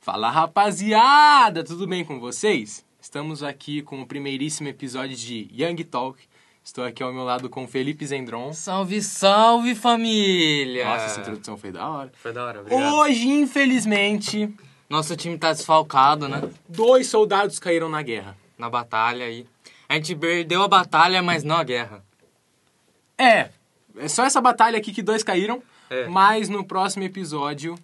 Fala rapaziada, tudo bem com vocês? Estamos aqui com o primeiríssimo episódio de Young Talk. Estou aqui ao meu lado com o Felipe Zendron. Salve, salve família! Nossa, essa introdução foi da hora. Foi da hora, obrigado. Hoje, infelizmente, Nosso time tá desfalcado, né? dois soldados caíram na guerra. Na batalha aí. A gente perdeu a batalha, mas não a guerra. É, é só essa batalha aqui que dois caíram, É. mas no próximo episódio,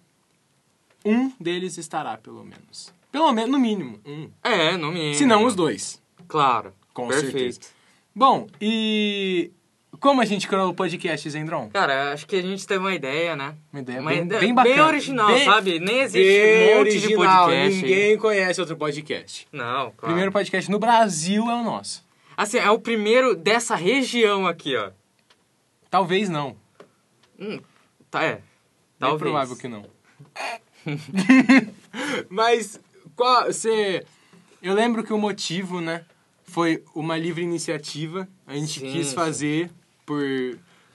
um deles estará, pelo menos. Pelo menos, no mínimo, um. É, não me. Se não, os dois. Claro. Com Perfeito. certeza. Bom, e como a gente criou o podcast, Zendron? Cara, acho que a gente teve uma ideia, né? Uma ideia Uma bem, ideia bem bacana. original, Bem- sabe? Nem existe bem um monte original. de podcast. aí. Ninguém conhece outro podcast. Não, claro. Primeiro podcast no Brasil é o nosso. Assim, é o primeiro dessa região aqui, ó. Talvez não. Hum, tá, é. É Talvez. provável que não. Mas qual você eu lembro que o motivo, né, foi uma livre iniciativa. A gente Sim, quis sim. fazer por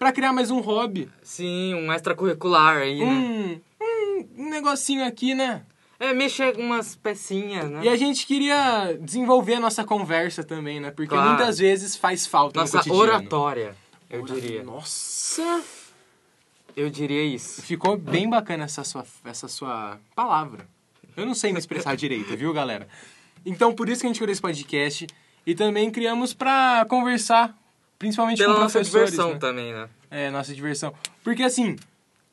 para criar mais um hobby, Sim, um extracurricular aí, né? um, um negocinho aqui, né? É, mexer com umas pecinhas, né? E a gente queria desenvolver a nossa conversa também, né? Porque Claro. muitas vezes faz falta no Nossa cotidiano. oratória, eu diria. Nossa! Eu diria isso. Ficou bem bacana essa sua, essa sua palavra. Eu não sei me expressar direito, viu, galera? Então, por isso que a gente criou esse podcast. E também criamos pra conversar, principalmente Pela com nossa professores. diversão né? também, né? É, nossa diversão. Porque, assim,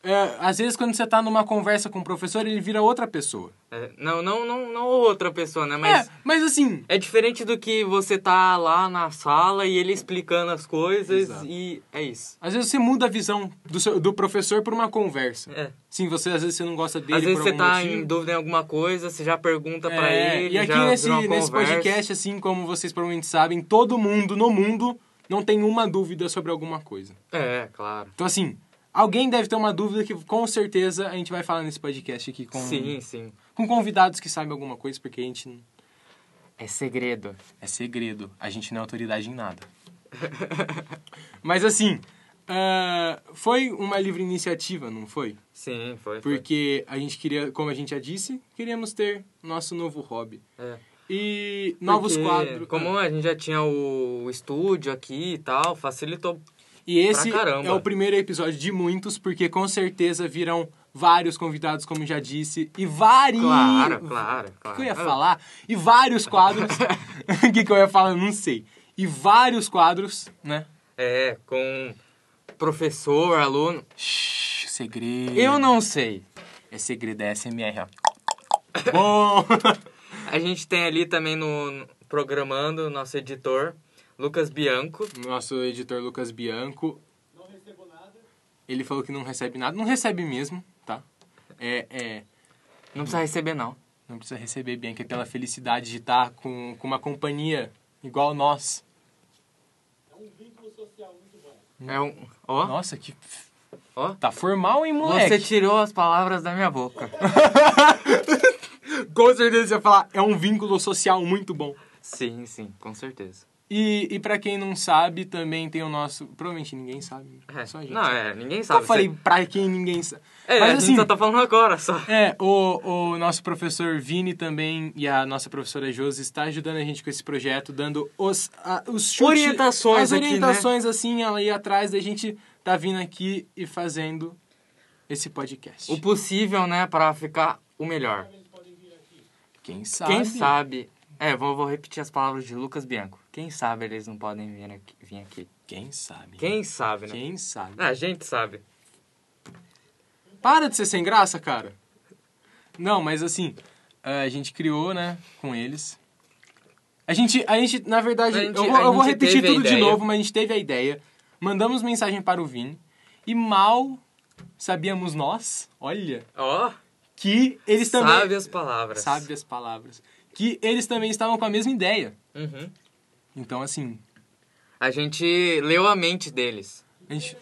é, às vezes quando você tá numa conversa com o professor, ele vira outra pessoa. É, não, não, não, não outra pessoa, né? Mas É, mas assim, é. diferente do que você tá lá na sala e ele explicando as coisas Exato. e é isso. Às vezes você muda a visão do, seu- do professor por uma conversa. É. Sim, você às vezes você não gosta dele Às vezes por você algum tá motivo. em dúvida em alguma coisa, você já pergunta pra É, ele, e aqui já nesse, vira uma nesse conversa. podcast, assim como vocês provavelmente sabem, todo mundo no mundo não tem uma dúvida sobre alguma coisa. É, claro. Então, assim, alguém deve ter uma dúvida que com certeza a gente vai falar nesse podcast aqui com, Sim, sim. com convidados que sabem alguma coisa, porque a gente. não- É segredo. É segredo, a gente não é autoridade em nada. Mas, assim, ah, foi uma livre iniciativa, não foi? Sim, foi. foi. Porque a gente queria, como a gente já disse, queríamos ter nosso novo hobby. É. E novos Porque, quadros. é. Como a gente já tinha o estúdio aqui e tal, facilitou. E esse pra caramba. é o primeiro episódio de muitos, porque com certeza virão vários convidados, como já disse, e vários. Claro, claro, O claro. que eu ia Ah. falar? E vários quadros. O que, que eu ia falar? Eu Não sei. E vários quadros, né? É, com professor, aluno. Shhh, segredo. Eu não sei. É segredo, é SMR, ó. Bom. A gente tem ali também no no- programando nosso editor, Lucas Bianco. Nosso editor Lucas Bianco. Não recebo nada. Ele falou que não recebe nada. Não recebe mesmo, tá? É, é, Não precisa receber, não. não precisa receber, Bianca, é pela felicidade de estar com, com uma companhia igual nós. É um. Ó, Nossa, que... ó. Tá formal, hein, Você moleque? tirou as palavras da minha boca. Com certeza você vai falar, é um vínculo social muito bom. Sim, sim, com certeza. E, e para quem não sabe, também tem o nosso... Provavelmente ninguém sabe, É, só a gente. não, sabe. é, ninguém Eu sabe. falei Você- pra quem ninguém sabe. É, Mas a gente assim, só tá falando agora só. É, o, o nosso professor Vini também e a nossa professora Josi está ajudando a gente com esse projeto, dando os, a- os chutes, Orientações as aqui, né? orientações assim, ela ir atrás da gente tá vindo aqui e fazendo esse podcast. O possível, né, pra ficar o melhor. Quem sabe? Quem sabe. É, vou, vou repetir as palavras de Lucas Bianco. Quem sabe eles não podem vir aqui. Vir aqui. Quem sabe? Quem sabe, né? Quem sabe? A gente sabe. Para de ser sem graça, cara. Não, mas assim, a gente criou, né, com eles. A gente, a gente na verdade, A gente- eu vou, a eu vou gente repetir teve a tudo de ideia. novo, mas a gente teve a ideia. Mandamos mensagem para o Vini e mal sabíamos nós, olha, Ó, que eles também... sabe as palavras. Sabe as palavras. Que eles também estavam com a mesma ideia. Uhum. Então, assim, A gente leu a mente deles. a gente...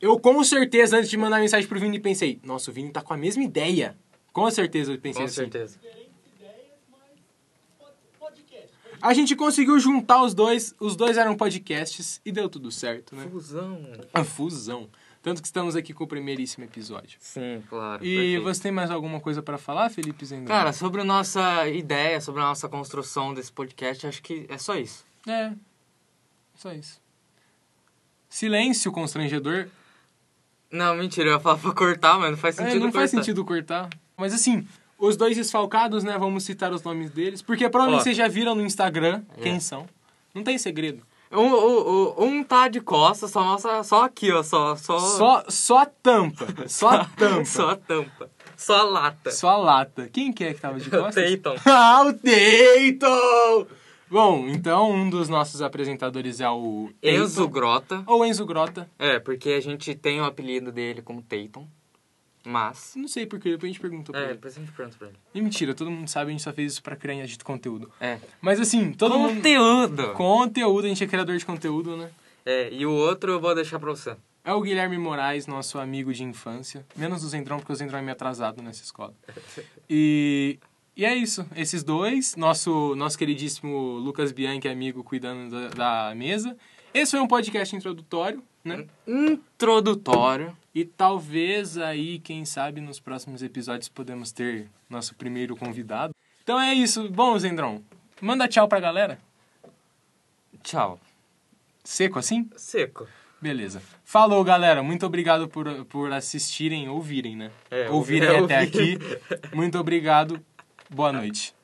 Eu com certeza, antes de mandar mensagem pro Vini, pensei, nossa, o Vini tá com a mesma ideia. Com certeza eu pensei Com assim. certeza. A gente conseguiu juntar os dois, os dois eram podcasts e deu tudo certo, né? Fusão. A fusão. Tanto que estamos aqui com o primeiríssimo episódio. Sim, claro. E É, perfeito. você tem mais alguma coisa pra falar, Felipe Zengão? Cara, sobre a nossa ideia, sobre a nossa construção desse podcast, acho que é só isso. É. Só isso. Silêncio constrangedor. Não, mentira, eu ia falar pra cortar, mas não faz É, sentido não faz cortar. sentido cortar. Mas assim, os dois desfalcados, né? Vamos citar os nomes deles. Porque provavelmente Ó. vocês já viram no Instagram É. quem são. Não tem segredo. Um, o- o- um tá de costas, só mostra só aqui, ó. Só. Só, Só, só a tampa. Só a tampa. só a tampa. Só a lata. Só a lata. Quem que é que tava de o costas? Tatum. ah, o Teito! Bom, então um dos nossos apresentadores é o Enzo Tatum, Grota. Ou Enzo Grota. É, porque a gente tem o apelido dele como Tatum. Mas. Não sei porque depois a gente perguntou pra É, ele. depois a gente pergunta pra ele. E mentira, todo mundo sabe, a gente só fez isso pra criar e agito conteúdo. É. Mas assim, todo mundo. Conteúdo! Conteúdo, a gente é criador de conteúdo, né? É, e o outro eu vou deixar pra você. É o Guilherme Moraes, nosso amigo de infância. Menos o Zendrão, porque o Zendrão é meio atrasado nessa escola. E, e é isso. Esses dois, nosso, nosso queridíssimo Lucas Bianchi, amigo, cuidando da, da mesa. Esse foi um podcast introdutório, né? Introdutório. E talvez aí, quem sabe, nos próximos episódios podemos ter nosso primeiro convidado. Então é isso. Bom, Zendrão, manda tchau pra galera. Tchau. Seco assim? Seco. Beleza. Falou, galera. Muito obrigado por, por assistirem, ouvirem, né? É, ouvirem ouvir até é ouvir. aqui. Muito obrigado. Boa noite.